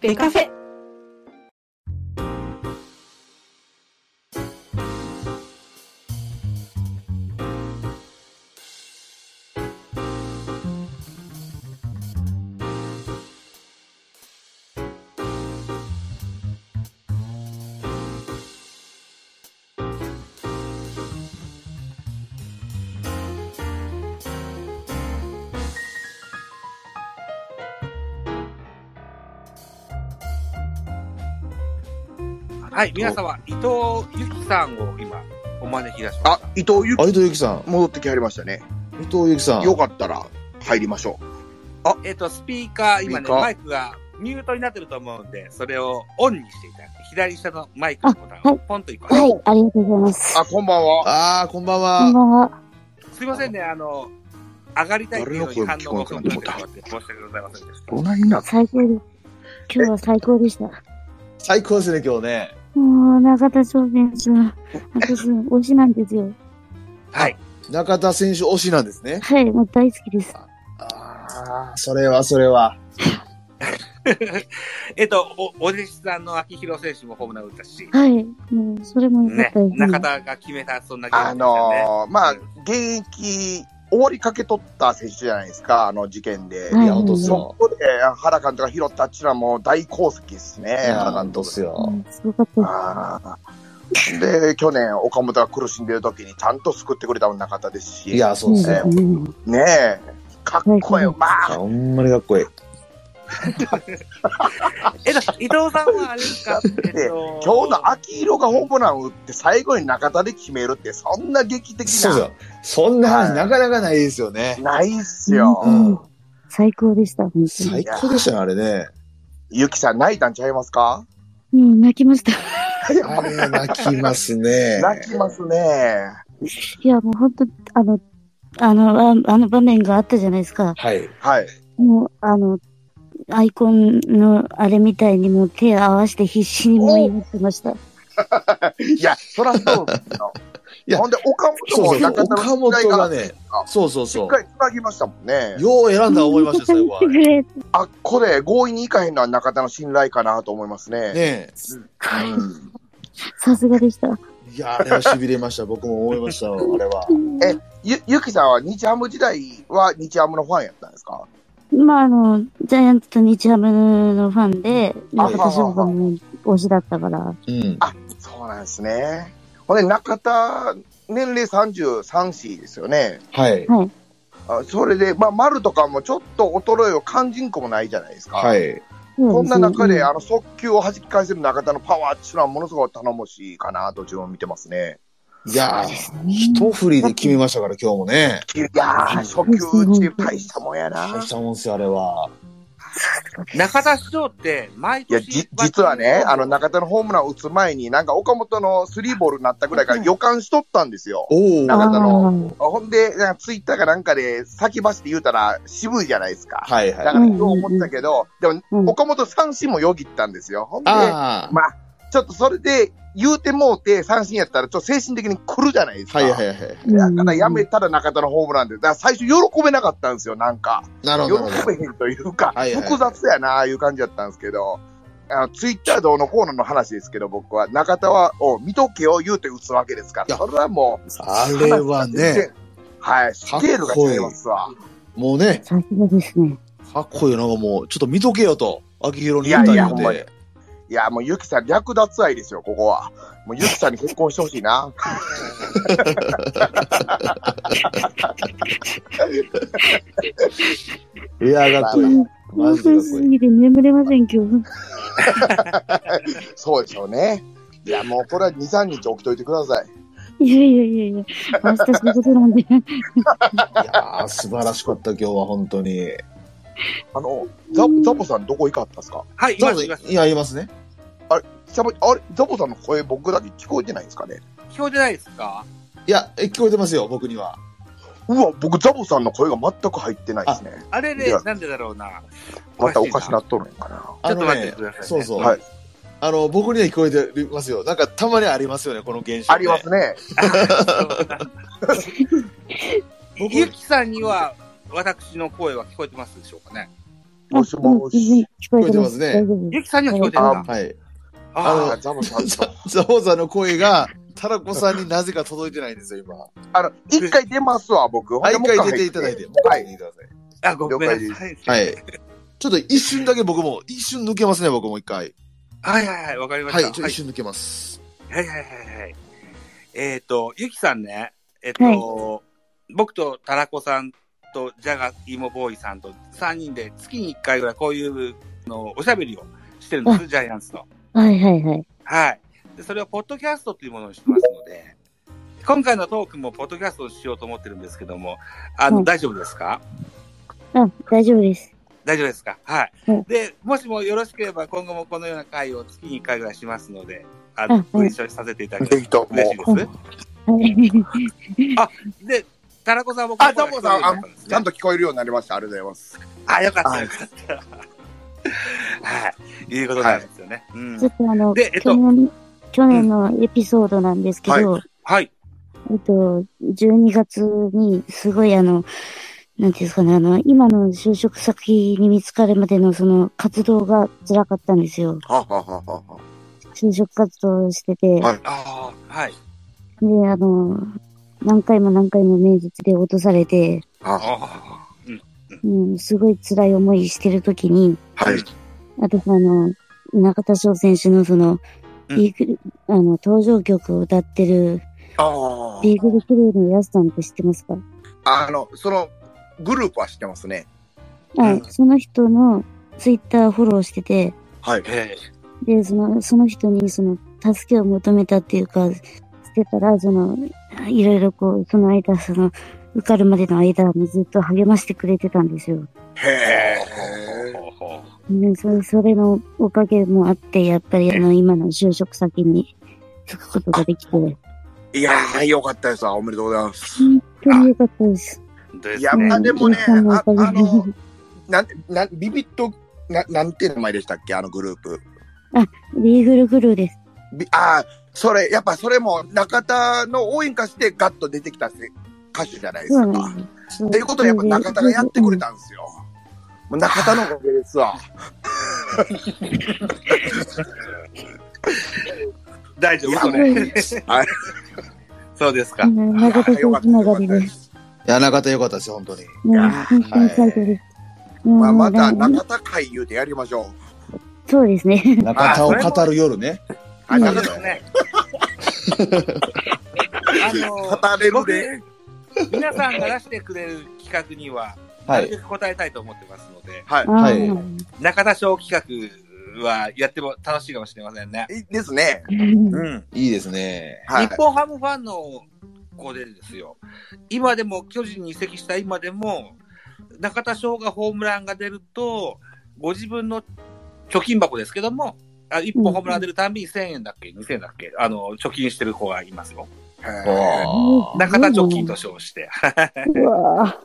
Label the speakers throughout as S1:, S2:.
S1: ベカフェ。
S2: はい、皆様、伊藤由紀さんを今、お招き出しま
S3: あ
S2: し、
S3: 伊藤ゆ
S4: あ、
S3: き
S4: 伊藤由紀さん。
S3: 戻ってきはりましたね。
S4: 伊藤由紀さん。
S3: よかったら入りましょ
S2: た。えっ、と、スピーカー、今ね、
S3: スピーカー
S2: マイクがミュートになってると思うんで、それをオンにしていただいて、左下のマイクのボタンをポンと一個。
S5: はい、ありがとうございます。
S3: う。あ、こんばんは。
S4: ああ、こんばん
S5: こん
S4: は。
S5: ばんは。
S2: すいませんね、あの、上がりたいっていうのに反応が遅くなってしまって、申し訳ございませんでした。
S3: どないな
S5: 最高です。今日は最高でした。
S4: 最高ですね、今日ね。
S5: もう、中田翔選手は、私、推しなんですよ。
S2: はい。
S4: 中田選手推しなんですね。
S5: はい、もう大好きです。
S4: ああ、それはそれは。
S2: えっと、お、お弟子さんの秋広選手もホームラン打ったし、
S5: はい、もう、それも良かっ
S2: ね
S5: たで、すね。
S2: 中田が決めた、そんなゲー
S3: あ
S2: ムでしたね。
S3: のー、まあ、現役、終わりかけ取った選手じゃないですか、あの事件で。
S5: はいい
S4: や、本当っす
S3: そ
S4: よ。
S3: こで原監督が拾ったっちゅうのはもう大功績ですね、
S4: いや、
S3: 原
S4: 本
S3: 監
S4: 当っ
S3: 督。
S4: すよ。
S5: うんすごかったです。
S3: あーで、去年、岡本が苦しんでる時にちゃんと救ってくれたの中田ですし、
S4: いや、そうっす
S3: ね
S4: よ。
S5: うん
S3: ねえ、かっこよ、まあ、
S4: ほんまにかっこいい。
S2: えっと、伊藤さんはあれですかえっと、
S3: 今日の秋色がホームラン打って、最後に中田で決めるって、そんな劇的
S4: そうっす
S3: な
S4: よ。そんな話なかなかないですよね。
S3: ないっすよ。
S4: うん。
S5: 最高でした、本当
S4: 最高でしたね、あれね。
S3: ゆきさん泣いたんちゃいますか
S5: に。うん、泣きました。
S4: あれ、泣きますね。
S3: 泣きますね。
S5: いや、もう本当、あの、あの、ああの場面があったじゃないですか。
S4: はい。
S3: はい。
S5: もう、あの、アイコンのあれみたいにもう手を合わせて必死にもう言い張ってました。
S3: いや、そらそうですよ。
S4: いや
S3: ほんで、岡本
S4: そ
S3: も
S4: うそう。
S3: 中田の
S4: 岡本
S3: 違い
S4: が
S3: が、
S4: ね、そうそう
S3: し
S4: そ
S3: っ
S4: う
S3: か。り繋ぎましたもんね。
S4: よう選んだ思いましたよ、最 後は。ね
S5: ね。
S3: あっこで強引にいかへんのは中田の信頼かなと思いますね。
S4: え。
S3: うん
S5: さすがでした。
S4: いや、あれは痺れました。僕も思いましたよ、あれは。
S3: えゆ、ゆきさんは日ハム時代は日ハムのファンやったんですか
S5: まあ、あの、ジャイアンツと日ハムのファンで、
S3: あ
S5: 中田翔がもう推しだったから、
S4: うん。
S3: そうなんですね。ほんで、中田、年齢33、歳ですよね。
S4: はい。
S3: あそれで、まあ、丸とかもちょっと衰えを感じんこもないじゃないですか。
S4: はい。
S3: そ
S5: そ
S3: んな中で、あの、速球を弾き返せる中田のパワーっていうのはものすごく頼もしいかなと自分は見てますね。
S4: いやー、
S5: 人
S4: 一振りで決めましたから、今日もね。
S3: いやー、初球打ち大したもんやな
S4: 大。したもんっすよ、あれは。
S2: 中田市長って、毎
S3: いや、
S2: 年。
S3: じ、実はね、あの、中田のホームラン打つ前に、なんか岡本のスリーボールになったぐらいから予感しとったんですよ。
S4: おお。
S3: 中田の
S5: の。
S3: あほんで、なんかツイッターかなんかで先走って言うたら渋いじゃないですか。
S4: はい
S3: だか
S4: はい。
S3: らそう思ったけど、でも、
S5: うん
S3: 岡本三振もよぎったんですよ。ほんで、
S4: あ
S3: まあ、ちょっとそれで言うてもうて三振やったら、ちょっと精神的に来るじゃないです
S4: あ。
S3: か。
S4: はいはいはい。
S3: だからやめたら中田のホームランで、だから最初喜べなかったんですよ、なんか。
S4: なる
S3: 喜
S4: ほど。なるほど
S3: べへんというか、
S4: はいはいはい
S3: 複雑やなあいう感じだったんですけど、あのツイッターどうのコーナーの話ですけど、僕は中田はを見とけを言うて打つわけですか
S4: いや
S3: ら、それはもう、
S4: あれは
S3: 全
S4: ね
S3: 然、はい、スケールが違いますわ。
S4: もうね、
S5: さすがですね。
S4: かっこいいのがもう、ちょっと見とけよと、秋広に
S3: いやいや
S4: 言ったん
S3: ほんまに
S4: で。
S3: いや、もうゆきさん略奪愛ですよ、ここは。もうゆきさんに結婚してほしいな。
S4: いや、かっこいい。マジでか
S5: 興奮
S4: っ
S5: し
S4: こ
S5: す
S4: いい。
S5: ぎて眠れません、今日。
S3: そうでしょうね。いや、もうこれは2、3日置きといてください。
S5: いやいやいやいや、明日仕事なんで。
S4: いやー、素晴らしかった、今日は、本当に。
S3: あの、ザザボさんどこ行かったんですか
S2: はい、い
S4: そ
S2: ま
S4: う
S2: す、い
S4: で
S2: ます
S4: す。。いや、言いますね。
S3: ザボあれザボさんの声僕だけ聞こえてないですかね
S2: 聞こえてないですか
S4: いや、え聞こえてますよ、僕には。
S3: うわ、僕ザボさんの声が全く入ってないですね。
S2: あれ
S3: い
S2: ね
S3: や、
S2: なんでだろうな。
S3: またおかしなっとるんかな。
S2: ち
S4: あ
S2: ょっと
S4: の
S2: 待って
S4: ね
S2: くださいね
S4: そうそう。
S3: はい
S4: あの、僕には聞こえてますよ。なんか、たまにありますよね、この現象、ね。
S3: ありますね。
S2: ゆきさんには、私の声は聞こえてますでしょうかね。
S3: もしもし。
S5: 聞こえてま
S4: 聞こえてま
S5: す。
S4: すね
S5: 大丈夫で
S2: ゆきさんには聞こえてるんだ。
S4: はい。
S3: あ
S2: あ
S3: あ、ザボさん
S4: ザ
S3: と。
S4: ザボさんの声が、タラコさんになぜか届いてないんですよ、今。
S3: あの、一回出ますわ、僕。
S4: はい、一回出ていただいて、もう一
S3: は
S4: 回
S3: い。
S4: 出てください。
S2: あ、ごめんなさい。
S4: はい。ちょっと一瞬だけ僕も、一瞬抜けますね、僕も一回。
S2: はいはいはい、わかりま
S4: はい、ち
S2: し。
S4: ょったと
S2: はい
S4: 一、瞬抜けます。
S2: はいはいはいはい。えっ、と、ゆきさんね、えっ、と、僕とたらこさんとジャガイモボーイさんと3人で月に1回ぐらいこういうのおしゃべりをしてるんです、ジャイアンツの。
S5: はいはいはい。
S2: はい。で、それをポッドキャストというものにしてますので、今回のトークもポッドキャストをしようと思ってるんですけども、あの、
S5: うん
S2: 大丈夫ですか
S5: あ、大丈夫です。
S2: 大丈夫ですかはい、
S5: うん
S2: で、もしもよろしければ今後もこのような会を月に1回ぐらいしますので、あ
S5: う
S2: の
S5: ん、うん
S2: ご一緒させていただきま
S3: ぜ
S2: す。
S3: ひとも。
S2: 嬉しいです。
S5: はい
S2: で、タラコさんも
S3: あザボさんあ
S2: ここが聞こえるようになったですね
S3: ちゃんと聞こえるようになりました。ありがとうございます。
S2: あ、よかった、
S3: はい
S2: よかった。 はい。いうことなんですよね。うん
S5: ちょ。っとあの、
S2: でえっと
S5: 去年、去年のエピソードなんですけど、
S2: はい。
S5: えっと、12月に、すごいあの、なんていうんですかね、あの、今の就職先に見つかるまでのその活動が辛かったんですよ。
S3: ははははは。
S5: 就職活動してて、
S3: はい
S2: ああ、はい。
S5: で、あの、何回も何回も面接で落とされて、
S3: は
S2: あ
S5: うん、すごい辛い思いしてるときに、
S3: はい。
S5: 私あの、中田翔選手のその、
S2: うん
S5: ビーグル、あの、登場曲を歌ってる、
S3: あ
S5: ビーグルクルーのヤスさんって知ってますか
S3: あ。あの、その、グループは知ってますね。
S5: は
S2: う
S5: い
S2: ん。
S5: その人のツイッターフォローしてて、
S3: はい
S2: あ。。へえ。
S5: で、その、その人にその、助けを求めたっていうか、してたら、その、いろいろこう、その間、その、受かるまでの間、ずっと励ましてくれてたんですよ。
S3: へえ。
S2: ほうほうほ
S5: ね、それ、それのおかげもあって、やっぱりあの、今の就職先に着くことができて、本
S3: いやー、よかったですわ。おめでとうございます。
S5: 当に良かったです。
S2: うで
S3: い
S2: す
S3: や、
S2: ね
S3: まあ。でもね、
S5: うん
S3: ああの、なん、なん、ビビッと、ななんていう名前でしたっけあのグループ。
S5: リーグルグルーです。
S3: ビああ、それ、やっぱそれも中田の応援歌してガッと出てきたせ歌手じゃないです
S5: そ
S3: か。
S5: うなんです。
S3: っていうことでやっぱ中田がやってくれたんですよ。もう中田のおかげですわ。
S2: 大丈夫
S3: いや
S2: そ
S5: も
S2: れ
S5: う。
S3: はい
S2: そうですか
S5: う。ん。中田
S3: よかっ
S5: さんつ
S3: た
S5: なが
S3: よかっ
S5: り
S3: た
S5: で。
S3: ですす。
S4: いや、中田良かったですよ、本当に。
S5: ね
S3: や
S5: 本当に最高です。うん
S3: まあ、また
S5: なんか
S3: 中田会言うてやりましょう。
S5: そうですね。
S4: 中田を語る夜ね。
S3: あ、
S5: うん
S2: そう
S3: 中
S2: で
S3: 田
S2: すね。 あの、
S3: 語れるで。
S2: 皆さんが出してくれる企画には、
S4: は
S2: なる
S4: い。
S2: べく答えたいと思ってますので、
S3: は
S5: あ
S4: はい
S5: ー
S2: 中田賞企画はやっても楽しいかもしれませんね。
S3: い。ですね。
S2: うん。
S4: いいですね。
S3: はい。
S2: 日本ハムファンの子でですよ、今でも巨人に移籍した今でも、中田翔がホームランが出ると、ご自分の貯金箱ですけども、あ一本ホームラン出るたんびに1000円だっけ、2000円だっけ、あの、貯金してる子がいますよ。
S3: へ
S4: おー
S2: 中田貯金と称して。
S5: うわ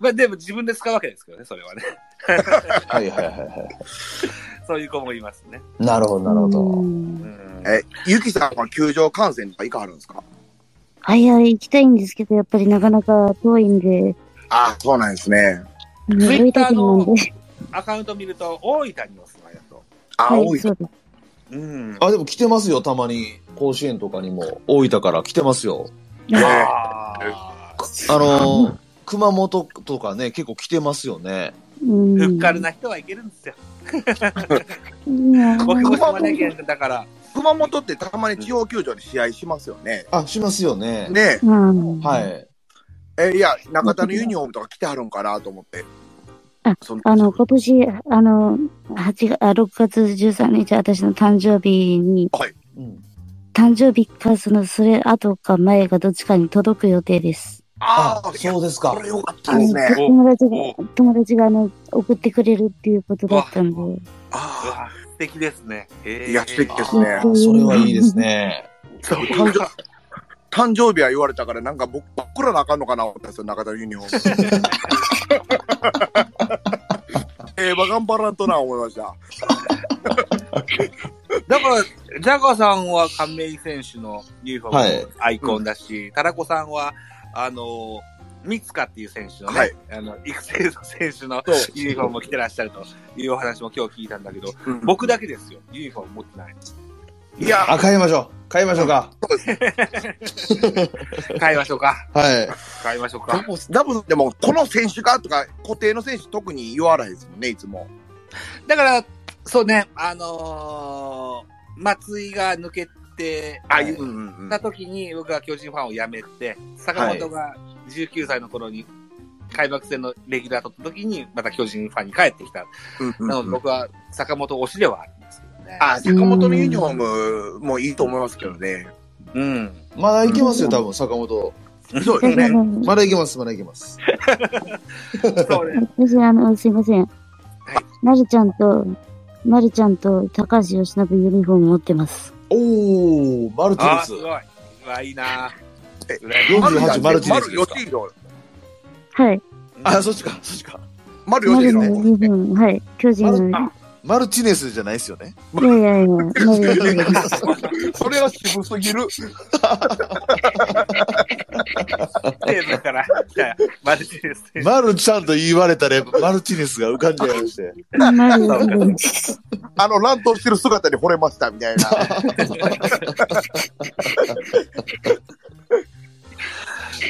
S2: まあでも自分で使うわけですけどね、それはね。
S4: はいはいはいは
S2: そういう子もいますね。
S4: い。なるほど、
S5: ー
S4: なるほ
S5: う
S4: ど。
S5: ん
S2: うん
S3: え。え、ゆきさんは球場観戦とかいかがあるんですか
S5: はいはい、行きたいんですけど、やっぱりなかなか遠いんで、
S3: あ、そうなんですね。
S5: うん
S2: ツイッターの
S5: 追い立て
S2: アカウント見ると、大分にお住まいだと。
S3: あ、
S5: なんで。
S3: 多
S5: はいい、。そうです。
S2: うん。
S4: あ、でも来てますよ、たまに。甲子園とかにも、大分から来てますよ。
S2: あ
S4: あのー、熊本とかね、結構来てますよね。
S5: うん
S2: ーふっかるな人はいけるんですよ。
S5: いや
S2: 僕
S5: ー
S2: も島根県だから、
S3: 熊本ってたまに地方球場で試合しますよね。
S4: あ、しますよね。
S3: ね
S5: うん
S4: はい。
S3: え。え、いや、中田のユニフォームとか着てはるんかなと思って。
S5: あ
S3: そ
S5: あの、今年、あの、8月、あ6月13日、私の誕生日に、
S4: うん。
S5: 誕生日か、その、それ後か前かどっちかに届く予定です。
S3: ああ、
S4: そうですか
S3: こ。れよかったですね
S5: あ。の友達
S2: お
S5: が、友達が、あの、送ってくれるっていうことだったんで、
S2: う
S3: あ
S2: わ素敵ですね。えー
S3: いや素敵です
S4: あ
S3: ね
S4: ーそれはいいですね。
S2: そう
S3: 誕生あ、誕生日は言われたから、なんか僕、僕らなあかんのかな思ったんですよ、中田のユニフォーム。 ええ、バ頑張らんとな、思いました。
S2: だから、ジャガーさんは亀井選手のユニフォームのアイコンだし、タラコさんは、あの、三塚っていう選手のね、
S3: はい
S2: あの育成の選手の
S3: そう
S2: ユニフォームを着てらっしゃるというお話も今日聞いたんだけど、
S3: うん
S2: 僕だけですよ、ユニフォーム持ってない。
S3: いや、
S4: あ、買いましょう。買いましょうか。
S2: 買いましょうか、
S4: はい。
S2: 買いましょう
S3: ダ
S2: か。
S3: ブスダブスでも、この選手かとか、固定の選手特に言わないですもんね、いつも。
S2: だから、そうね、あのー松井が抜けて、
S3: ああ
S2: い
S3: いうう、うんうんうん
S2: た時に僕は巨人ファンを辞めて、坂本が19歳の頃に開幕戦のレギュラー取った時に、また巨人ファンに帰ってきた。なので
S3: うんうん
S2: 僕は坂本推しではあるんですけどね。
S3: あ、坂本のユニフォームもいいと思いますけどね。
S2: うん。
S4: まだいけますよ、多分、坂本。
S3: そうです
S5: だから
S3: ね。
S4: まだいけます、まだいけます。
S2: そうね。
S5: 私、あの、すいません。なるちゃんと、なるちゃんと高橋由伸ユニフォーム持ってます。
S4: おー、マルティ
S2: あ
S4: ネ
S2: すごい。
S4: ス。
S2: うわ、いいな
S3: え
S2: 羨ましい
S4: 48マルティネ
S3: 丸
S4: スです
S3: 吉
S4: か
S3: 弘。
S5: はい。
S4: あ、そっちか、そっちか。
S3: 丸
S5: な
S3: 吉
S5: るのユ
S3: 弘。
S5: ニフォーム、はい。巨人の、い
S3: あ
S4: マルティネスじゃないですよね。
S5: やいやいや、なるユニフォームです
S3: それは渋すぎる。
S2: テーブルから来たマルチネス選手。
S4: マルちゃんと言われたら、やっぱマルティネスが浮かんじゃいまして。
S5: なるユニフォームです。
S3: あの、乱闘してる姿に惚れました、みたいな。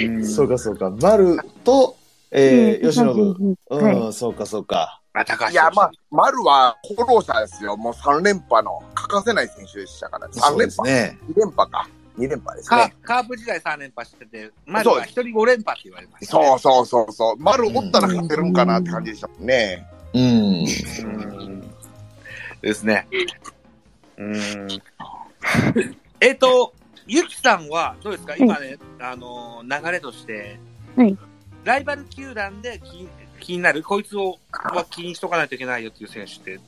S2: うん
S4: そうか、そうか。マルと、 えー、吉
S5: 高橋由
S4: 信。
S5: 伸は
S4: うん、そうか、そうか。
S2: あ、高橋。
S3: いや、まあ、丸は功労者ですよ。もう3連覇の欠かせない選手でしたから。
S4: そ
S3: 3
S4: う
S3: 連
S4: です
S3: 覇、
S4: ね。
S3: 2連覇か。2連覇です
S2: カ
S3: ね。
S2: カープ時代3連覇してて、まずは一人5連覇って言われましたね、
S3: そうそうそうそう。丸おったら勝てるんかなって感じでしたもんね。
S4: うん。
S2: うんですね。 うん。えっと、ゆきさんは、どうですか今ね、あのー流れとして、
S5: はい
S2: ライバル球団で気気になる、こいつをは気にしとかないといけないよっていう選手って、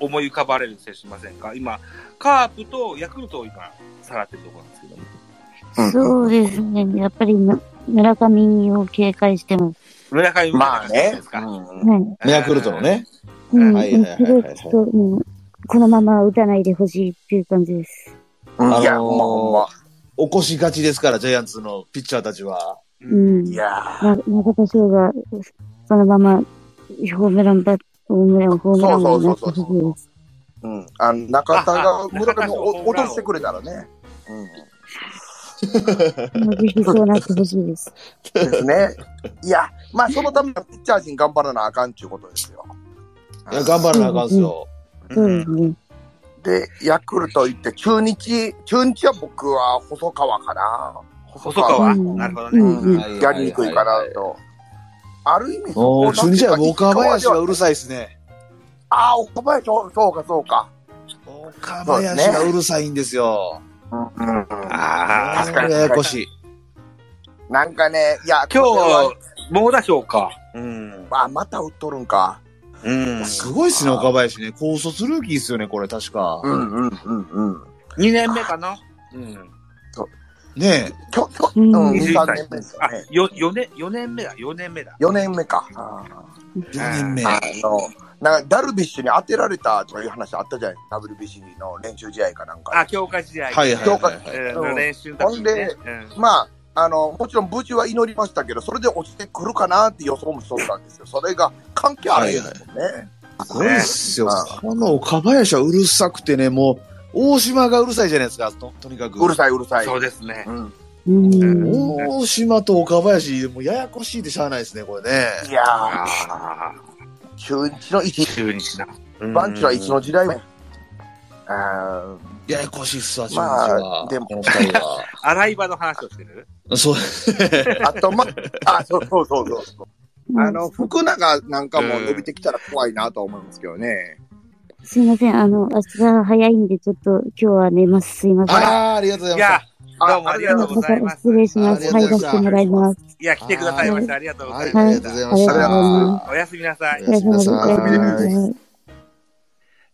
S2: お思い浮かばれる選手いませんか今、カープとヤクルトを今、さらってるところなんですけども。
S5: いそうですね。やっぱりな、村上を警戒してます。
S2: 村上
S3: まあね
S2: です。か
S3: うん
S5: はい。
S4: ヤクルトの。ね。
S5: うん、
S4: はいはいはいはいはい
S5: ちょっとうんこのまま打たないでほしいっていう感じです。
S3: うん
S4: あのー
S3: いや、ほんまほんま。
S4: 起こしがちですから、ジャイアンツのピッチャーたちは。
S5: う
S2: うん
S5: ん。
S3: い
S5: な
S3: や
S5: 中田翔が、そのまま、ホームランバッ、ホームラン、ホームランになってほしいです。
S3: ーうん。あの、中田
S2: あ
S3: が
S2: あ
S3: 村上
S2: 中田
S3: を
S2: の
S3: 落としてくれたらね。
S5: もうぜひそうなってほしいです。
S3: うん。ですね。いや、まあ、そのためにはピッチャー陣頑張らなあかんっていうことですよ。
S4: いや、頑張らなあかんっすよ。
S5: そうですね。
S3: で、ヤクルト行って、中日、中日は僕は細川かな。
S2: 細川、
S5: うん
S2: なるほど
S5: う
S2: ね。
S5: んうん。
S4: はい
S3: やりにくいかな。と。ある意味、
S4: おー、中日はもう岡林はうる
S3: い。
S4: さいですね。
S3: ああ、岡林、そうそうか、そうか。
S4: 岡林がうるさいんです
S3: うんう
S4: よ。
S3: ん
S2: ああ、
S3: 確かに
S4: ややこしい。
S3: なんかね、いや、
S2: 今
S3: これは
S2: 日、猛打賞か。うん。
S3: あ、また打っとるんか。
S2: うん。
S4: すごいっすね、岡林ね。高卒ルーキーっすよね、これ、確か。
S3: んうんうんうん。
S2: 2年目かなうん。
S4: ねえ。
S3: きょ、きょ、
S5: う
S3: うんん、
S2: 21
S3: 3
S2: 歳
S3: 年目ですよ
S2: あ
S3: ね。、
S2: よ、4年、4年目だ、4年目だ。
S3: 4年目か。あ
S4: 4人目。
S3: ーあの、なんか、ダルビッシュに当てられたとかいう話あったじゃないですか。WBC の練習試合かなんかで。
S2: あ、強化試合。
S4: はいはい
S3: 強化
S4: はいはい。
S2: えー
S3: うん
S2: 練習だ、ね、
S3: ほんで
S2: うん、
S3: まあ、あの、もちろん無事は祈りましたけど、それで落ちてくるかなって予想もしとったんですよ。それが関係あるんですもんね。
S4: すごいっすよ。この岡林はうるさくてね、もう、大島がうるさいじゃないですか、ととにかく。
S3: うるさいうるさい。
S2: そうですね。
S3: うん
S5: うん。
S4: 大島と岡林、もうややこしいでしゃあないですね、これね。
S3: いや
S2: あ
S3: ー、
S2: あ、
S3: 中日の一
S2: 中日だ。
S3: 番地は一の時代目。あ
S4: ややこしいっすわ、
S3: ーまあ、
S4: 中日
S3: で
S4: は
S3: も
S4: こ、の二人は。
S2: 洗い場の話をしてる
S4: そう。
S3: あと、ま、あ、そうそうそうそう。あの、福永なんかも
S2: うん
S3: 伸びてきたら怖いなとは思いますけどね。
S5: すいません。あの、明日早いんで、ちょっと今日は寝ます。すいません。
S4: ああ、ありがとうござい
S2: い
S4: ま
S2: や
S4: す。、
S2: どうもありがとうございます
S5: 失礼します。
S4: あ
S5: は
S4: り
S5: い、
S4: がとうござ
S5: 出し
S4: います
S5: てもらいます。
S2: いや、来てくださいました。ありがとうござい
S5: は
S2: ま
S5: い
S4: あり
S2: し
S4: がと
S2: た
S4: うご。ざい
S5: あ
S4: まし
S5: りがとうござい
S4: た。
S5: ま
S2: おやすみなさい。あ
S5: す。ありがとうございま
S4: おやすみな
S5: す。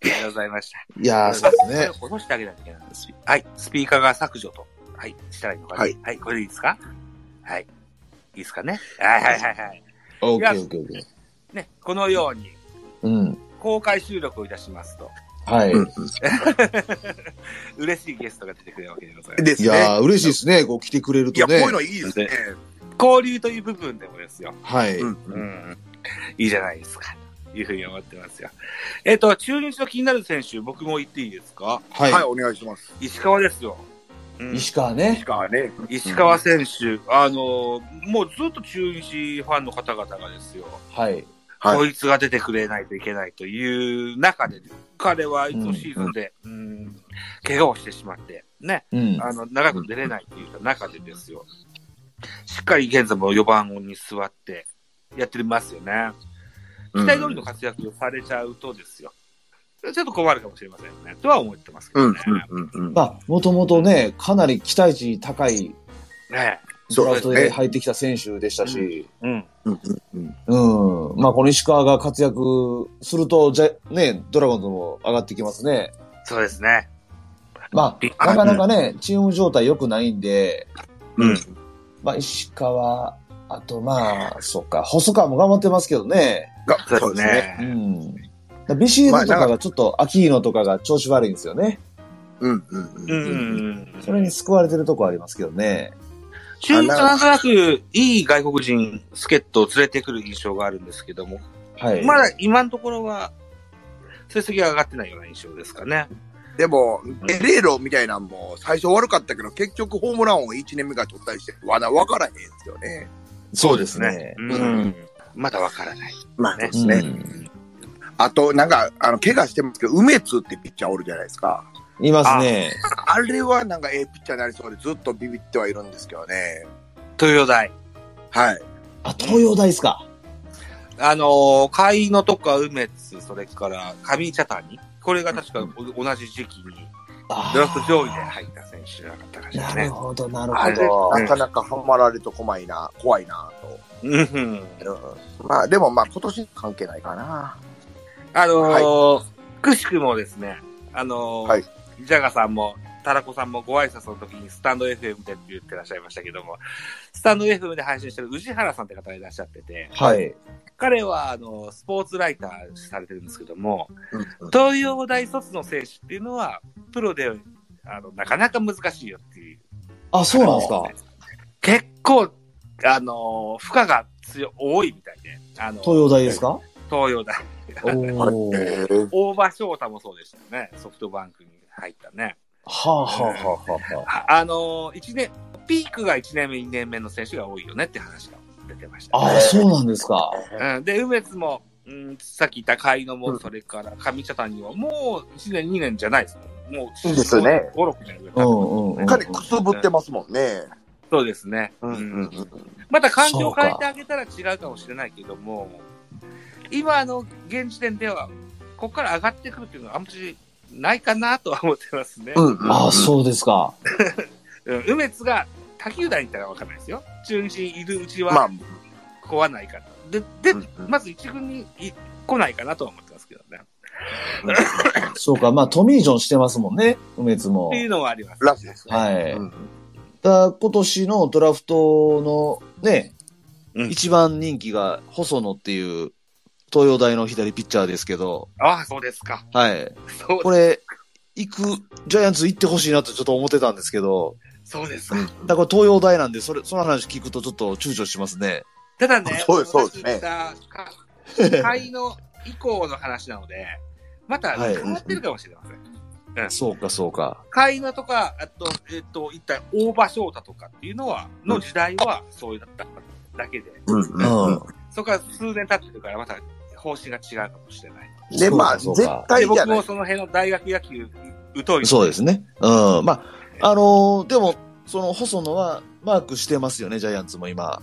S2: りがとうございました。
S4: いやー、そうですね。
S2: これを落としてあげなきゃいけないんです。はい。スピーカーが削除と。はい。したらいいのかな。は
S3: はいい。
S2: はい。これでいいですかはい。いいですかね。はいはいはいはい。
S4: オ
S2: い
S4: ッケ
S2: や
S4: ーオッケーオッケー。
S2: ね、このように、
S4: うん。
S2: 公開収録をいたしますと、
S4: はい。
S3: うん
S2: 嬉しいゲストが出てくるわけでございます。
S3: です
S4: い
S3: ね。
S4: やー、嬉しいですね、こう来てくれる
S3: いや、
S4: と
S3: こう
S4: ね
S3: いう。のいいですね。
S2: 交流という部分でもですよ。
S4: はい。
S3: うん
S2: うん。いいじゃないですか。というふうに思ってますよ。えっ、と、中日の気になる選手、僕も言っていいですか
S4: はい。
S3: はい、お願いします。
S2: 石川ですよ。うん
S4: 石川ね。
S3: 川ね。
S2: 石川選手、あの、もうずっと中日ファンの方々がですよ、
S4: はい。
S3: はい
S2: こいつが出てくれないといけないという中で、彼はいつもシーズンで、うん、怪我をしてしまって、ね、
S4: うん。
S2: あの、長く出れないという中でですよ、しっかり現在も4番に座ってやってますよね。期待通りの活躍をされちゃうとですよ、ちょっと困るかもしれませんね、とは思ってますけ
S3: うん、
S2: ど
S3: うん
S2: ね。、
S3: うん、うん。
S4: まあ、もともとね、かなり期待値高い
S2: ね
S4: ド
S3: そう
S4: ラ
S3: です
S4: フトで
S3: ね。
S4: 入ってきた選手でしたし、
S2: うん。
S3: うん、うん、うん。
S4: うん。まあ、この石川が活躍すると、じゃ、ね、ドラゴンズも上がってきますね。
S2: そうですね。
S4: まあ、なかなかね、チーム状態良くないんで、
S3: うん
S4: まあ、石川、あとまあ、そっか、細川も頑張ってますけどね。
S3: がそ
S2: そう
S3: う
S2: で
S3: ですすね。
S4: う
S2: ね。
S4: ん。だビシエドとかがちょっと、アキーノとかが調子悪いんですよね。
S3: うん、うん、う
S2: うん
S3: うん。
S2: ん。
S4: それに救われてるとこありますけどね。
S2: 中日なんとなく、いい外国人、助っ人を連れてくる印象があるんですけども、
S4: はい。
S2: まだ今のところは、成績が上がってないような印象ですかね。
S3: でも、ゲレーロみたいなんも最初悪かったけど、結局ホームランを1年目から取ったりして、まだ分からへんですよね。
S4: そうで
S2: うん。まだわからない。
S3: まあね。
S4: うん
S3: あと、なんか、あの、怪我してますけど、梅津ってピッチャーおるじゃないですか。
S4: いますね。
S3: あれはなんかええピッチャーになりそうで、ずっとビビってはいるんですけどね。
S2: 豊大。
S3: はい。
S4: あ、東洋大ですか。
S2: あのー、海野とか梅津、それから上茶谷。これが確かお同じ時期に、
S4: あー
S2: ドラフト上位で入った選手じゃなかったかしら
S4: なる
S2: ね。
S4: ほど、なる
S3: あ
S4: ほ
S3: れ、
S4: ど。
S3: なかなかハマられると怖いな、怖いな
S2: うん。
S3: と。うん、まあ、でもまあ、今年関係ないかな。
S2: あのーくしくもですね、あのー
S3: はい
S2: ジャガさんも、タラコさんもご挨拶の時にスタンド FM でって言ってらっしゃいましたけども、スタンド FM で配信してる宇治原さんって方がいらっしゃってて、
S4: はい。
S2: 彼は、あのースポーツライターされてるんですけども、
S3: うん
S2: 東洋大卒の選手っていうのは、プロで、あの、なかなか難しいよっていう。
S4: あ、そうなんですか。
S2: 結構、あのー負荷が強い、多いみたいで、あの
S4: 東洋大ですか
S2: 東洋大。
S4: お
S3: うん
S4: ー。
S3: えー
S2: 大場翔太もそうでしたよね。ソフトバンクに入ったね。
S4: はあはあはあはあはあ。
S2: ああのー、一年、ピークが1年目、2年目の選手が多いよねって話が出てました、
S4: ああ、そうなんですか。
S2: うん、で、梅津も、うん、さっき言った甲斐野も、それから上茶谷は、もう1年、2年じゃないですもん。もう、
S3: そうですね
S2: 5、6年上
S4: う
S2: か
S4: ん
S2: ら
S4: うんうん。
S3: 彼、くすぶってますもんね。
S2: そうですね。
S3: うんうん
S2: また環境を変えてあげたら違うかもしれないけども、今あの、現時点では、ここから上がってくるっていうのはあんまりないかなとは思ってますね。
S3: うん。
S4: ああ、そうですか。
S2: うん、梅津が他球団に行ったらわかんないですよ。中日にいるうち
S3: ま
S2: は
S3: あ、
S2: 来わないから。で、で、
S3: うんうん
S2: まず一軍にい来ないかなとは思ってますけどね。
S4: そうか。まあ、トミー・ジョンしてますもんね。梅津も
S2: って。いうのはあります。
S3: ラスですね。
S4: はい。
S3: うん
S4: だ今年のドラフトのね、
S2: うん
S4: 一番人気が細野っていう東洋大の左ピッチャーですけど、
S2: ああ、そうですか。
S4: はい。
S2: そう
S4: これ、行く、ジャイアンツ行ってほしいなとちょっと思ってたんですけど、
S2: そうですか。
S4: だから東洋大なんで、それ、その話聞くとちょっと躊躇しますね。
S2: ただね、
S3: そうですそうですね
S2: 私が言ったか会の以降の話なの で、また
S4: はい
S2: 変わってるかもしれません。
S4: そうか、そうか。
S2: 会のとか、あと、えっ、と、一体大場翔太とかっていうのは、の時代はそうだっただけで、
S3: うん
S4: う
S3: うん
S4: ん。
S2: そこから数年経ってるから、また方針が違うかもしれない。
S3: で、まあ、
S4: そう
S3: 絶
S4: かそうか
S3: 対
S2: で
S3: じ
S2: 僕
S3: ゃな
S2: も
S3: い。
S2: その辺の大学野球疎いの
S4: そうですね。うん。まあ、あのーでも、その細野はマークしてますよね、ジャイアンツも今。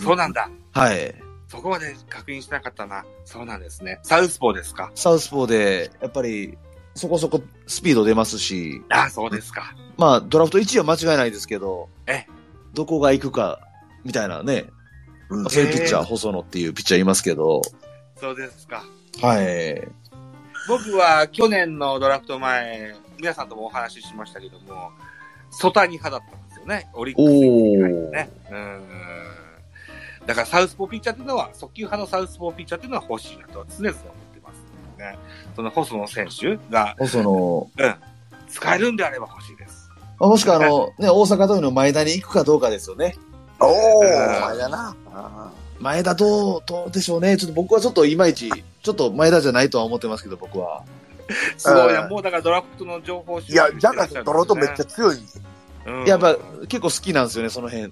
S2: そうなんだ。
S4: はい。
S2: そこまで確認しなかったな。そうなんですね。サウスポーですか。
S4: サウスポーで、やっぱり、そこそこスピード出ますし、
S2: ああ、そうですか。
S4: まあ、ドラフト1位は間違いないですけど、
S2: ええ
S4: どこが行くか、みたいなね、
S3: うん
S4: そういうピッチャ
S2: え
S4: ー、細野っていうピッチャーいますけど、
S2: そうですか。
S4: はい。
S2: 僕は去年のドラフト前、皆さんともお話ししましたけども、ソタニ派だったんですよね。オリックスに入ってね。うん。だからサウスポーピッチャーっていうのは、速球派のサウスポーピッチャーっていうのは欲しいなとは常々思ってます、ね。その細野選手が
S4: 細野、
S2: 使えるんであれば欲しいです。
S4: まあもしくはあの、ね、大阪桐蔭の前田に行くかどうかですよね。
S3: おお、
S4: お前だな。前田どう、どうでしょうね。ちょっと僕はちょっといまいち、ちょっと前田じゃないとは思ってますけど、僕 は。
S2: すごいな、
S3: うん
S2: もうだからドラフトの情報
S3: いや、ジャガーとドロートめっちゃ強い。
S2: ゃ、うん
S4: やっぱ結構好きなんですよね、その辺。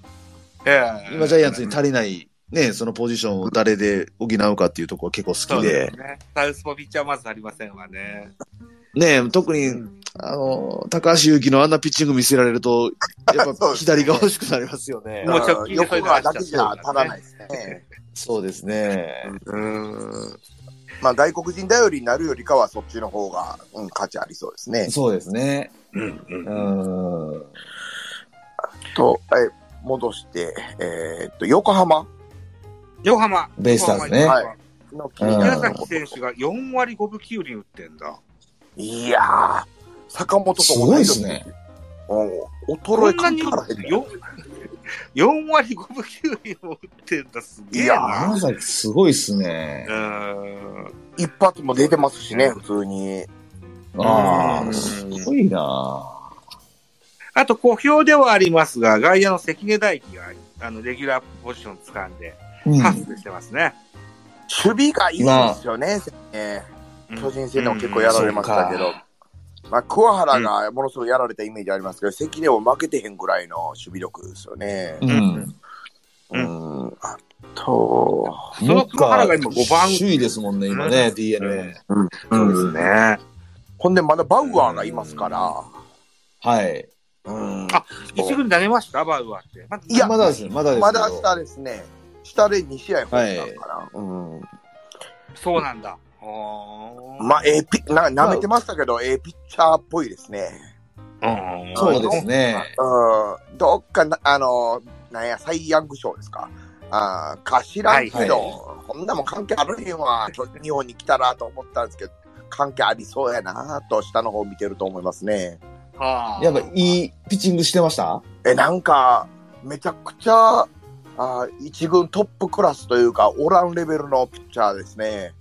S2: ええ
S4: 今ジャイアンツに足りない、ね、そのポジションを誰で補うかっていうところ結構好
S2: そう
S4: き
S2: で
S4: で。
S2: すね。サウスポピッチャーまずありませんわね。
S4: ね特に、あの、高橋祐希のあんなピッチング見せられると、やっ
S3: そうで
S4: ぱ
S3: すね
S4: 左が欲しくなりますよね。
S2: もう直近でそ
S3: 横
S2: れで
S3: 川
S2: 走
S3: だ
S2: っちゃ
S3: け
S2: っ
S3: じ
S2: て
S3: ゃ
S2: る
S3: 足らないですね。
S4: そうですね。
S2: うん。
S3: まあ、外国人頼りになるよりかは、そっちの方が、うん、価値ありそうですね。
S4: そうですね。
S2: うんう。
S4: うんん。
S3: と、え、戻して、えーっと、横浜
S2: 横浜。
S4: ベイスターズね
S2: 横浜
S3: はの
S4: うん
S2: 宮崎選手が4割5分9厘打ってんだ。
S3: いやー、坂本と
S4: す
S3: 同
S4: ごい
S3: じ
S4: ですね。。
S3: うん
S2: こ
S3: 衰え
S2: んな
S3: 感
S2: に
S3: じ
S2: 打
S3: からへ
S2: っ
S3: ん
S2: て
S3: ね
S2: よ 4割5分9厘も打ってんだ。すげえ
S3: いや
S2: な。
S4: 宮崎すごいっすね
S2: う。ん。
S3: 一発も出てますしね、普通に。
S4: あ
S2: う
S4: あ、
S2: ん
S4: すごいな
S2: あと、小評ではありますが、外野の関根大輝が、あの、レギュラーポジション掴んで、
S4: うん
S2: ハッスルしてますね。
S3: 守備がいいですよね、え
S2: うん
S3: 巨人戦でも結構やられましたけ
S4: うん
S3: ど。まあ、桑原がものすごいやられたイメージありますけど、関根も負けてへんぐらいの守備力ですよね。
S4: う
S2: うん
S4: ん。
S2: う
S3: うん。あと、
S2: その桑原が今5番
S4: 首位ですもんね、今ね、DNA。
S2: そうですね。
S3: ほんでまだバウアーがいますから。
S4: はい。
S3: うん。
S2: あ一軍投げましたバウアーって。ま
S3: いや
S4: まだですよ、まだですよ。
S3: まだ明日ですね。下で2試合ホームランから。うん。
S2: そうなんだ。ほー
S3: まあ、ええピな、舐めてましたけど、ええピッチャーっぽいですね。
S2: うん
S4: そうですね。
S3: うん。どっかな、あの、なんや、サイ・ヤング賞ですか。ああ、か知らんけど、
S4: はい
S3: こんなもん関係あるへんわ。ちょ日本に来たらと思ったんですけど、関係ありそうやなと、下の方見てると思いますね。
S2: はあ
S4: やっぱいいピッチングしてました
S3: え、なんか、めちゃくちゃ、ああ一軍トップクラスというか、おらんレベルのピッチャーですね。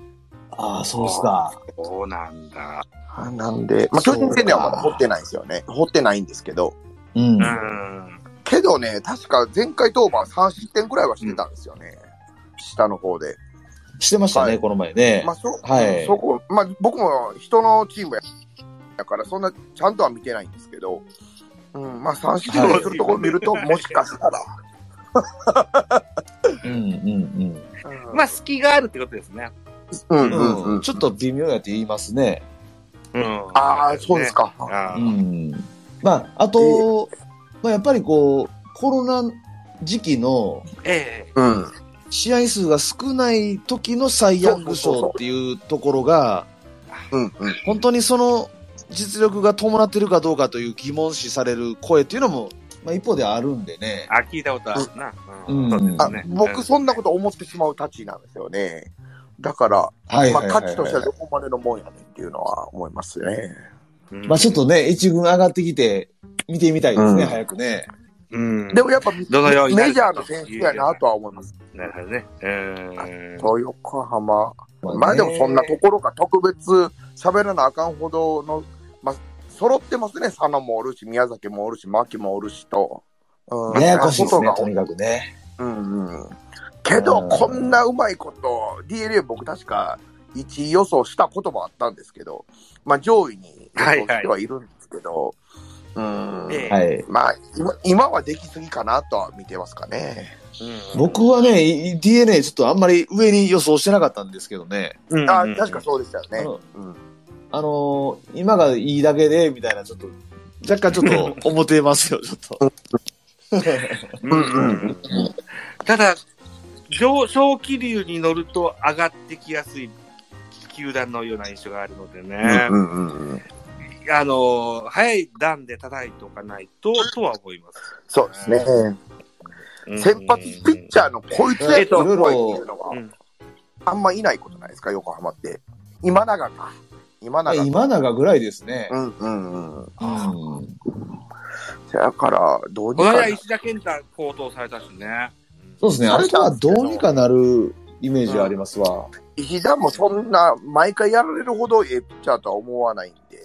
S4: ああ、そうっすか。
S2: そうなんだ。
S3: あなんで、まあ、巨人戦ではまだ掘ってないですよね。掘ってないんですけど。
S4: うん
S2: う。ん。
S3: けどね、確か前回登板3失点ぐらいはしてたんですよね。下の方で。
S4: してました
S3: は
S4: ね、
S3: い
S4: この前ね
S3: まあ、。そ、
S4: はい
S3: そこ、まあ、僕も人のチームやだから、そんな、ちゃんとは見てないんですけど、うん、まあ、三振をするところ見ると、
S2: はい
S3: もしかしたら、
S4: うんうん
S3: うん、
S2: まあ、隙があるってことですね。
S3: うん、う、
S4: うんん。
S3: うん。
S4: ちょっと微妙やって言いますね。
S2: うん
S3: ああ、そうです。か。
S2: あ
S4: う
S2: ー
S4: ん。まあ、あと、まあ、やっぱりこう、コロナ時期の
S2: ええ。
S3: うん。
S4: 試合数が少ない時のサイ・ヤング賞っていうところが、
S3: うん、うん。
S4: 本当にその実力が伴ってるかどうかという疑問視される声っていうのも、まあ、一方ではあるんでね。
S2: あ、聞いたことあるな。
S4: うん
S2: そうです
S3: あ
S2: ね。
S3: 僕、そんなこと思ってしまうたちなんですよね。だから、
S4: はい
S3: ま
S4: は
S3: あ、
S4: いは
S3: 価
S4: い、
S3: 値としてはどこまでのもんやねんっていうのは思いますね。
S2: うん
S4: まあちょっとね、一軍上がってきて、見てみたいですね、
S3: うん
S4: 早くね。
S2: うん。
S3: でもやっぱ、メジ
S2: どのようになる
S3: ャーの選手やなとは思います。
S2: なるほどね。うん。
S3: そう、横浜。まあでもそんなところが特別喋らなあかんほどの、まあ、揃ってますね。佐野もおるし、宮崎もおるし、牧もおるしと。うん
S4: ややこしいですね、
S3: ことと
S4: に
S3: が
S4: かくね。
S3: うんうん。けど、
S4: うん
S3: こんなうまいこと、DNA 僕確か1位予想したこともあったんですけど、まあ上位に予想してはいるんですけど、うん。
S2: ええ
S4: はい。
S3: まあ今、今はできすぎかなとは見てますかね。
S2: うん
S4: 僕はね、DNA ちょっとあんまり上に予想してなかったんですけどね。
S2: うん
S3: あ、確かそうでしたよ
S4: あ
S3: ね。
S4: の
S3: うん。
S4: あのー今がいいだけで、みたいな、ちょっと、若干ちょっと思ってますよ、ちょっと。
S2: うんうん
S3: う
S2: うんただ、上昇気流に乗ると上がってきやすい球団のような印象があるのでね、
S3: うんうんうんうん。
S2: あの、早い段で叩いておかないと、とは思います。
S3: そうですね。
S2: うん
S3: 先発ピッチャーのこいつやと思いっていうの
S2: う
S3: が
S2: ん
S3: あんまいないことないですか、横浜って。今永か。今
S4: まあ
S3: 永か。
S4: 今永ぐらいですね
S3: う。んうんうん。
S4: うん
S3: だから、どうに
S2: この間
S3: かな。
S2: 石田健太高騰されたしね。
S4: そうですね。
S3: そ
S4: あ
S3: れ
S4: れ
S3: なん
S4: は
S3: ですけ
S4: ど
S3: ど
S4: うにかなるイメージありますわ。
S3: 石田もそんな、毎回やられるほどええピッチャーとは思わないんで。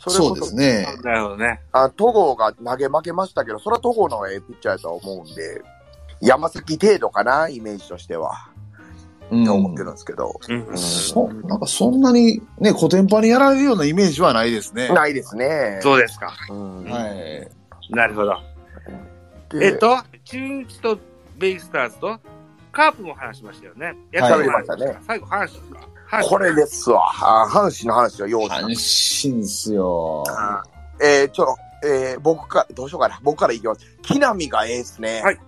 S3: それこそ
S4: そうですね。
S2: なるほどね。
S3: あ、戸郷が投げ負けましたけど、それは戸郷の方がええピッチャーやとは思うんで。山崎程度かな、イメージとしては。
S4: う
S3: って思って
S4: ん
S3: るんですけど。
S2: うん
S4: そなんかそんなにね、古典版にやられるようなイメージはないですね。
S3: ないですね。
S2: そうですか。
S3: うん
S4: はい。
S2: なるほど。
S3: で
S2: えっと、中日とベイスターズとカープも話しましたよね。や
S4: はい
S2: りま
S3: 喋りました
S2: 最後、阪神か。阪神
S3: これですわ。あ阪神の話は用意し
S4: 阪
S3: た。
S4: 神っすよ。
S2: あ
S3: えー、ちょ、えー、僕か、どうしようかな。僕からいきます。木浪がええっすね。
S2: はい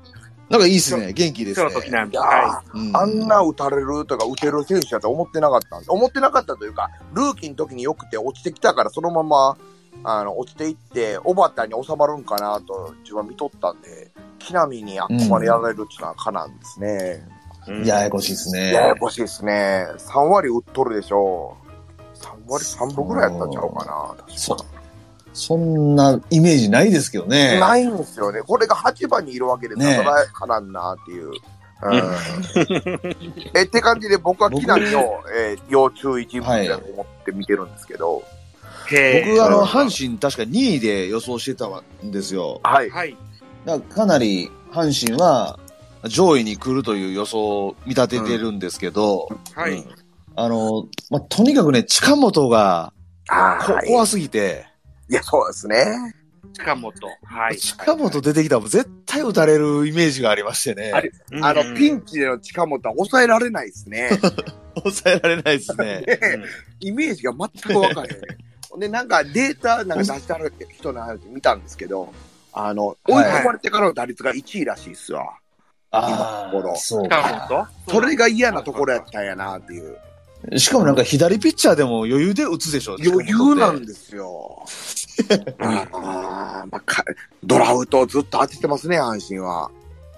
S4: なんかいいっすね。元気で
S2: ー
S4: す
S2: ショ
S4: ね
S2: ー。ト木南
S3: いやー
S2: は
S4: うん
S3: あんな打たれるとか、打てる選手だと思ってなかったんです。思ってなかったというか、ルーキーの時によくて落ちてきたから、そのまま、あの、落ちていって、小畑に収まるんかなと、自分は見とったんで、木浪にあっこまでやられるっていうのはかなんですね。
S2: い。うん
S4: ややこしいっすね。
S3: ややこしいですね。3割打っとるでしょう。3割3分ぐらいやったんちゃうかな、確か
S4: そう。そんなイメージないですけどね。
S3: ないんですよね。これが8番にいるわけで、な
S4: ねえ
S3: かなかなんなっていう。うん、 えって感じで僕は木浪を、えー要注意人物だと思って見てるんですけど、
S2: へー
S4: 僕はあ
S3: う
S4: の、
S3: ん
S4: 阪神確か2位で予想してたんですよ。
S3: はい、
S2: はい。
S4: だからかなり阪神は上位に来るという予想を見立ててるんですけど、
S2: は
S3: う
S2: い
S3: ん。
S4: あの、まあ、とにかくね、近本がこ
S3: はい。
S4: 怖すぎて、
S3: いや、そうですね。
S2: 近本。はい。
S4: 近本出てきたらもう絶対打たれるイメージがありましてね。
S3: あれ
S2: うん
S3: あの、ピンチでの近本は抑えられないですね。
S4: 抑えられないですね。
S2: うん
S3: イメージが全くわかんない。で、なんかデータなんか出してある人の話見たんですけど、あの、追い込まれてからの打率が1位らしいっすわ。
S4: あ
S3: 今のとこ
S4: あ、
S3: ろ
S4: そう
S2: 近
S4: か。
S2: 本
S3: それが嫌なところやったんやなっていう。
S4: しかもなんか左ピッチャーでも余裕で打つでしょ。
S3: 余裕なん
S4: だ。
S3: ですよ。あーまあかドラフトをずっと当ててますね、阪神は。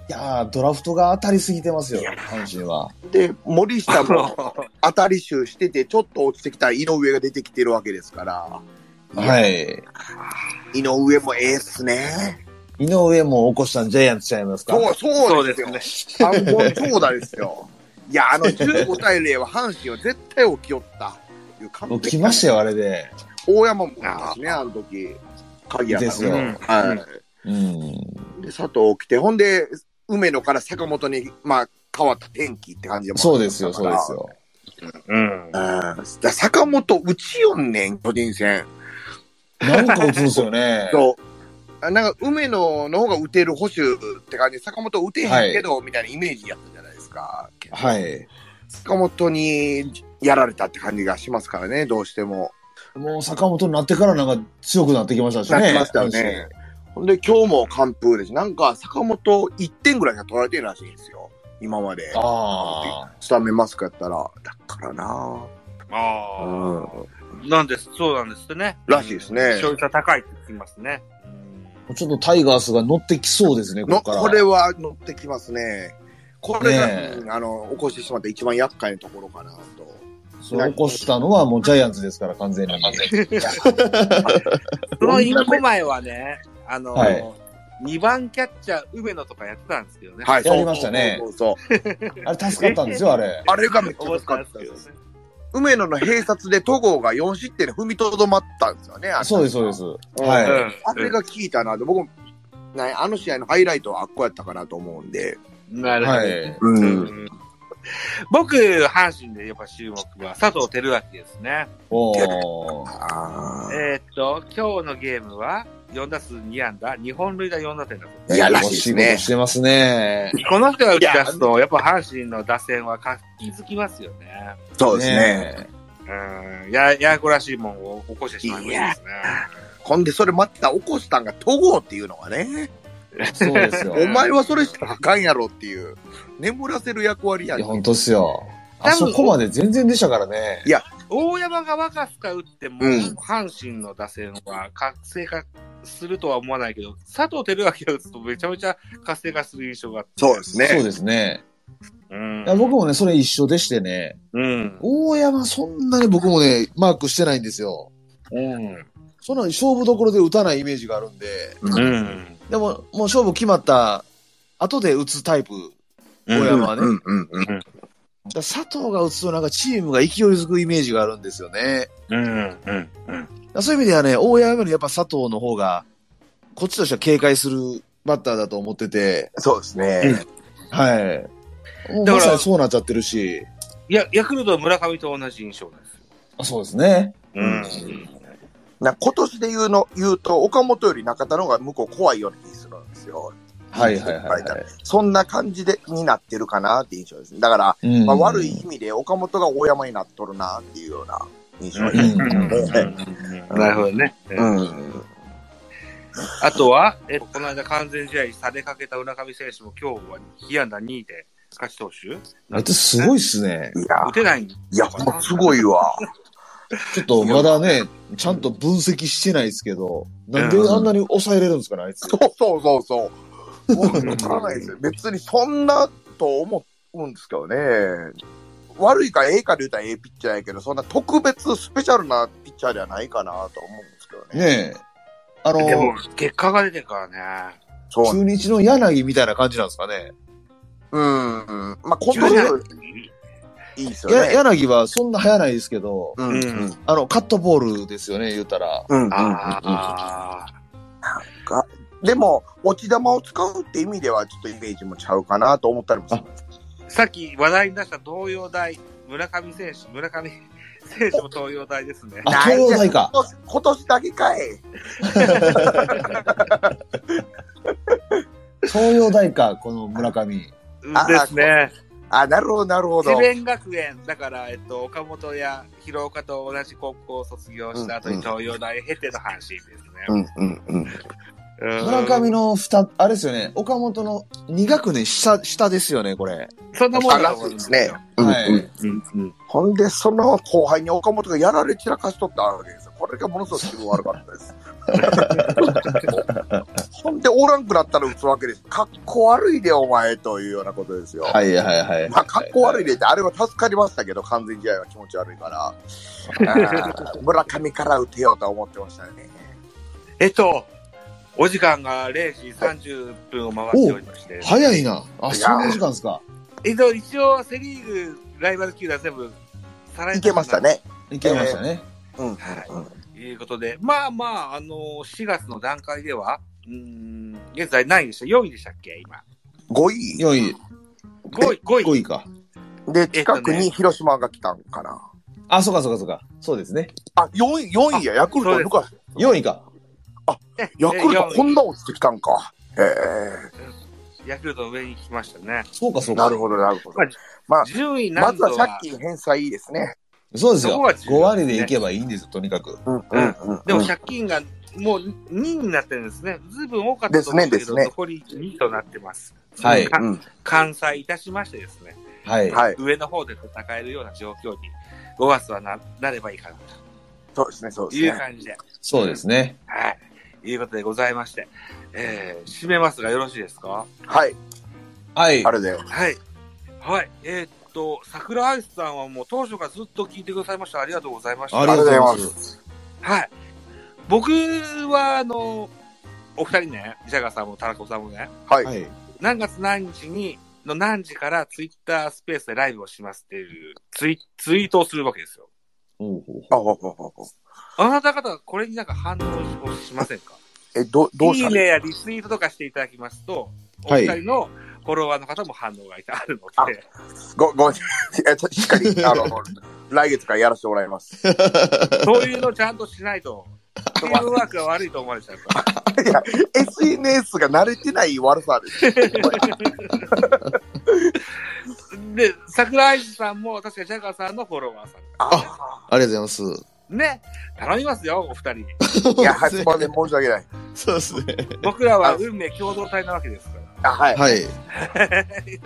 S4: いやードラフトが当たりすぎてますよ
S3: いや、
S4: 阪神は。
S3: で、森下も
S2: も
S3: 当たり集してて、ちょっと落ちてきた井上が出てきてるわけですから、
S4: はい。
S3: 井上もええっすね。
S4: 井上も起こしたんジャイアンツちゃいますか
S3: そう、
S2: そ
S3: そうう
S2: で
S3: ですすよ。
S2: ね。
S3: 三本長打ですよ。いや、あの15対0は阪神は絶対起きよった。いう完
S4: もう
S3: 璧
S4: 来ましたよ、あれで。
S3: 大山もですね、あの時。鍵やった
S4: です
S2: う
S4: よ
S2: ん
S3: はい。
S4: うん。
S3: で、佐藤来て、ほんで、梅野から坂本に、まあ、変わった天気って感じでも
S4: そうですよ、そうですよ。
S2: うん
S3: う。ん。だから坂本、打ちよんねん、巨人戦。
S4: なんか打つんですよね。
S3: そう。あなんか、梅野の方が打てる捕手って感じで、坂本打てへんけど、みたいなイメージやったじゃないですか。
S4: はい。
S3: 坂本にやられたって感じがしますからね、どうしても。
S4: もう坂本になってからなんか強くなってきましたしね。
S3: なってましたよね。ほんで、今日も完封です。なんか、坂本1点ぐらいしか取られてるらしいんですよ。今まで
S4: 阪。神ああ。
S3: スタメンマスクやったら。だからなぁ。
S2: あ
S3: うん。
S2: あ。なんです。そうなんですってね。
S3: らしいですね
S2: 勝率は高いって聞きます ね。
S4: ちょっとタイガースが乗ってきそうですね、こ
S3: の
S4: こから。
S3: これは乗ってきますね。これが、
S4: ねえ
S3: うんあの起こしてしまった一番厄介なところかなと。
S4: そう起こしたのはもうジャイアンツですから、完全に。
S2: その一個前はね、あの
S4: はい、
S2: 2番キャッチャー梅野とかやってたんですけどね。
S3: はい
S4: やりましたね
S3: そうそうそう
S4: あれ助かったんですよ、あれ。
S3: あれがめっちゃ
S2: 思
S3: 難
S2: っ
S3: しか
S2: たん
S3: っ
S2: です
S3: た
S2: け
S3: で
S2: どね
S3: す。。梅野の併殺で戸郷が4失点で踏みとどまったんですよね。あれ
S4: そうです、そうです。はい。
S3: あれが効いたなと、僕も、ね、あの試合のハイライトはあっこやったかなと思うんで。
S2: うん。なるほど
S4: は
S2: ね。
S4: い。
S3: う
S2: うん僕、阪神でやっぱ注目は佐藤輝明ですね。
S4: おー。
S3: あー
S2: えーっと、今日のゲームは4打数2安打、日本塁打4打点だった
S3: いやらしいですね
S4: お仕事してますね。
S2: この人が打ち出すと、やっぱ阪神の打線は活気づきますよね。
S3: そうですね
S4: え。
S2: うん。や、ややこらしいもんを起こしてしまいましたですね。
S3: ほんで、それまた起こしたんが戸郷っていうのがね、
S4: そうですよ。
S3: お前はそれしたらあかんやろっていう、眠らせる役割や
S4: い
S3: ん
S4: や、
S3: け
S4: 本当っすよ。あ
S2: 多
S4: そ
S2: 分
S4: こまで全然でしたからね。
S2: 大山が若すか打っても、
S3: うん
S2: 阪神の打線は活性化するとは思わないけど、佐藤輝明が打つとめちゃめちゃ活性化する印象があって。
S3: そうですね。
S4: そうですね。
S2: うん
S4: いや。僕もね、それ一緒でしてね、
S2: うん。
S4: 大山そんなに僕もね、マークしてないんですよ。
S2: うん。
S4: その勝負どころで打たないイメージがあるんで、
S2: うん。
S4: でも、もう勝負決まった後で打つタイプ。
S2: う
S4: 大
S2: ん
S4: 山はね。
S3: う
S4: だか
S3: んうんうん。
S4: ら佐藤が打つとなんかチームが勢いづくイメージがあるんですよね。
S2: うん。うん。
S4: だからそういう意味ではね、大山よりやっぱ佐藤の方が、こっちとしては警戒するバッターだと思ってて、
S3: そうですね。
S4: はい。もう
S2: だから
S4: まさにそうなっちゃってるし。
S2: いや、ヤクルトは村上と同じ印象なんですよ。
S4: あそうですね。
S2: うん。
S3: な今年で言うの、言うと、岡本より中田の方が向こう怖いような気するんですよ。
S4: はいはいはい、は
S3: そんな感じで、になってるかなって印象です。だから、
S4: い。うん
S3: まあ、悪い意味で岡本が大山になっとるなっていうような印象
S2: う
S3: です。
S2: んうんなるほどね。
S3: うん。
S2: あとは、えっと、この間完全試合されかけた村上選手も今日は被安打2位で勝ち投手
S4: だってすごいっすね。
S3: いや
S2: 打、てないん
S3: いや、ほんますごいわ。
S4: ちょっとまだね、ちゃんと分析してないですけど、なんであんなに抑えれるんですかね、あいつ。
S3: そうそうそうそう。わからないですよ。別にそんなと思うんですけどね。悪いかええかで言ったらええピッチャーやけど、そんな特別スペシャルなピッチャーではないかなと思うんですけどね。
S4: ねえ。あ
S2: でも
S4: の、、
S2: 結果が出てるからね。
S3: そうなんです
S4: 中日の柳みたいな感じなんですかね。
S3: うん。うんまあ、コントロールいいですよ
S4: や
S3: ね。
S4: 柳はそんな早ないですけど、
S3: うん。うん。
S4: あの、カットボールですよね、言うたら。
S3: うん。
S2: ああ。
S3: でも、落ち玉を使うって意味では、ちょっとイメージもちゃうかなと思ったりもする。
S2: さっき話題に出した東洋大、村上選手、村上選手も東洋大ですね。
S4: あ、東洋大か。
S3: 今年今年だけかい。
S4: 東洋大か、この村上。
S3: あ
S2: ですね。
S3: あ、なるほど、なるほど
S2: 智。弁学園、だから、えっと、岡本や広岡と同じ高校を卒業した後
S3: う
S2: に
S3: ん
S2: 東洋大経ての阪神です
S3: う
S2: ね。
S3: ん、うん、うん。
S2: うん
S4: 村上の二、あれですよね、岡本の2学年下、下ですよね、これ。
S2: そんなもんだと思うんですね。
S3: うん
S4: はい
S3: う
S2: う
S3: ん
S2: んうん
S3: ほんで、その後輩に岡本がやられ散らかしとったわけですよ。これがものすごく気分悪かったです。 ほんで、おらんくなったら打つわけです。かっこ悪いで、お前、というようなことですよ。
S4: いはいはい
S3: まあ、かっこ悪いでって、あれは助かりましたけど、完全試合は気持ち悪い から。あー村上から打てようと思ってましたね。
S2: えっと、お時間が0時30分を回っておりまして、
S4: 早いな。あ、そんな時間ですか。
S2: えっと、一応、セ・リーグ、ライバル球団全部、さら
S3: いけました。ね。
S4: いけましたね。
S2: はい。いうことで、まあまあ、あの4月の段階では、うーん、現在何位でした ?4 位でしたっけ今。
S3: 5位。
S4: 4位、
S2: 5位、5
S4: 5
S2: 位。
S4: 位か。
S3: で、近く
S2: えっとね
S3: に広島が来たんかな。
S4: あ、そうかそうかそうか。そうですね。
S3: あ、4位、4位や、ヤクルト抜かし
S4: 4位か。
S3: ヤクルトこん
S2: な。
S3: な落ちてきたんか。ええ
S2: ヤクルト上に来ましたね。
S4: そうかそうか。
S3: なるほど、なるほど。あ
S2: 順位な
S3: ま
S2: ん
S3: ず
S2: と
S3: は
S2: は、
S3: 借金返済いいですね。
S4: そうですよ。
S2: そこが重要ですね
S4: 5割でいけばいいんですよ、とにかく。
S3: うん
S2: うん
S3: ん
S2: でも借金がもう2位になってるんですね。ずいぶん多かったと思うんですけど、
S3: ですねですね
S2: 残り2位となってます。
S4: はい
S2: か
S3: うん
S2: 完済いたしましてですね、
S4: はい。
S3: はい。
S2: 上の方で戦えるような状況に、5月はななればいいかな
S3: そうですね、そう
S2: と
S3: です
S2: いう
S3: ね。
S2: 感じで、
S4: そうですね。
S2: はい。いうことでございまして、えー、締めますがよろしいですか
S3: はい。
S4: はい
S3: あ。れで。
S2: はい。はい。えーっと、桜アイスさんはもう当初からずっと聞いてくださいました。ありがとうございました。
S4: ありがとうございま
S3: ありがとう
S4: す。
S2: はい。僕は、あの、お二人ね、ジャガーさんも田中さんもね、
S3: はい。
S4: はい。
S2: 何月何日に、の何時からツイッタースペースでライブをしますっていうツイツイートをするわけですよ。
S4: おうおう
S3: あほうほうほうほう
S2: あなた方はこれになんか反応をしませんか
S3: え、ど、どうし
S2: い
S3: た
S2: い
S3: ら
S2: ねやリツイートとかしていただきますと、お
S4: はい
S2: 二人のフォロワーの方も反応がある
S3: あ
S2: ので、
S3: ご、ごめん、 え、ちょしっかり、あの、来月からやらせてもらいます。
S2: そういうのちゃんとしないと、チームワークが悪いと思われちゃうから。
S3: いや、SNS が慣れてない悪さです。
S2: で、桜井さんも確かジャガーさんのフォロワーさん。
S3: あ
S4: ありがとうございます。
S2: ね、頼みますよ、お二人に。
S3: いや、はいすいません、申し訳ない。
S4: そうですね。
S2: 僕らは運命共同体なわけですから。
S3: あ、はい。
S4: はい。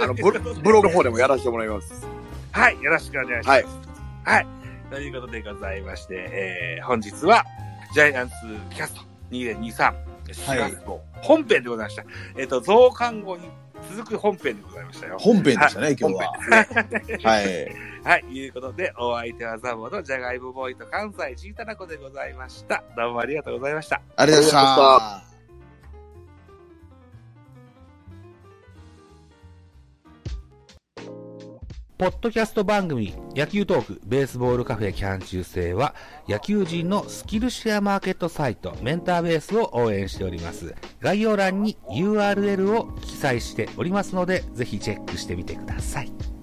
S3: あの、ブロブログの方でもやらせてもらいます。
S2: はい、よろしくお願いします。はい。ということでございまして、えー、本日は、ジャイアンツキャスト2023、4月号、本編でございました。えっ、と、増刊号に続く本編でございましたよ。
S4: 本編でしたね、今日は。はい。
S2: はい、いうことで、お相手はザボのジャガイモボーイと関西ジータナコでございました。どうもありがとうございました。
S4: ありがとうございま
S3: ありがとうござい
S4: した。
S2: ポッドキャスト番組野球トークベースボールカフェキャン中制は野球人のスキルシェアマーケットサイトメンターベースを応援しております。概要欄に URL を記載載しておりますので、ぜひチェックしてみてください。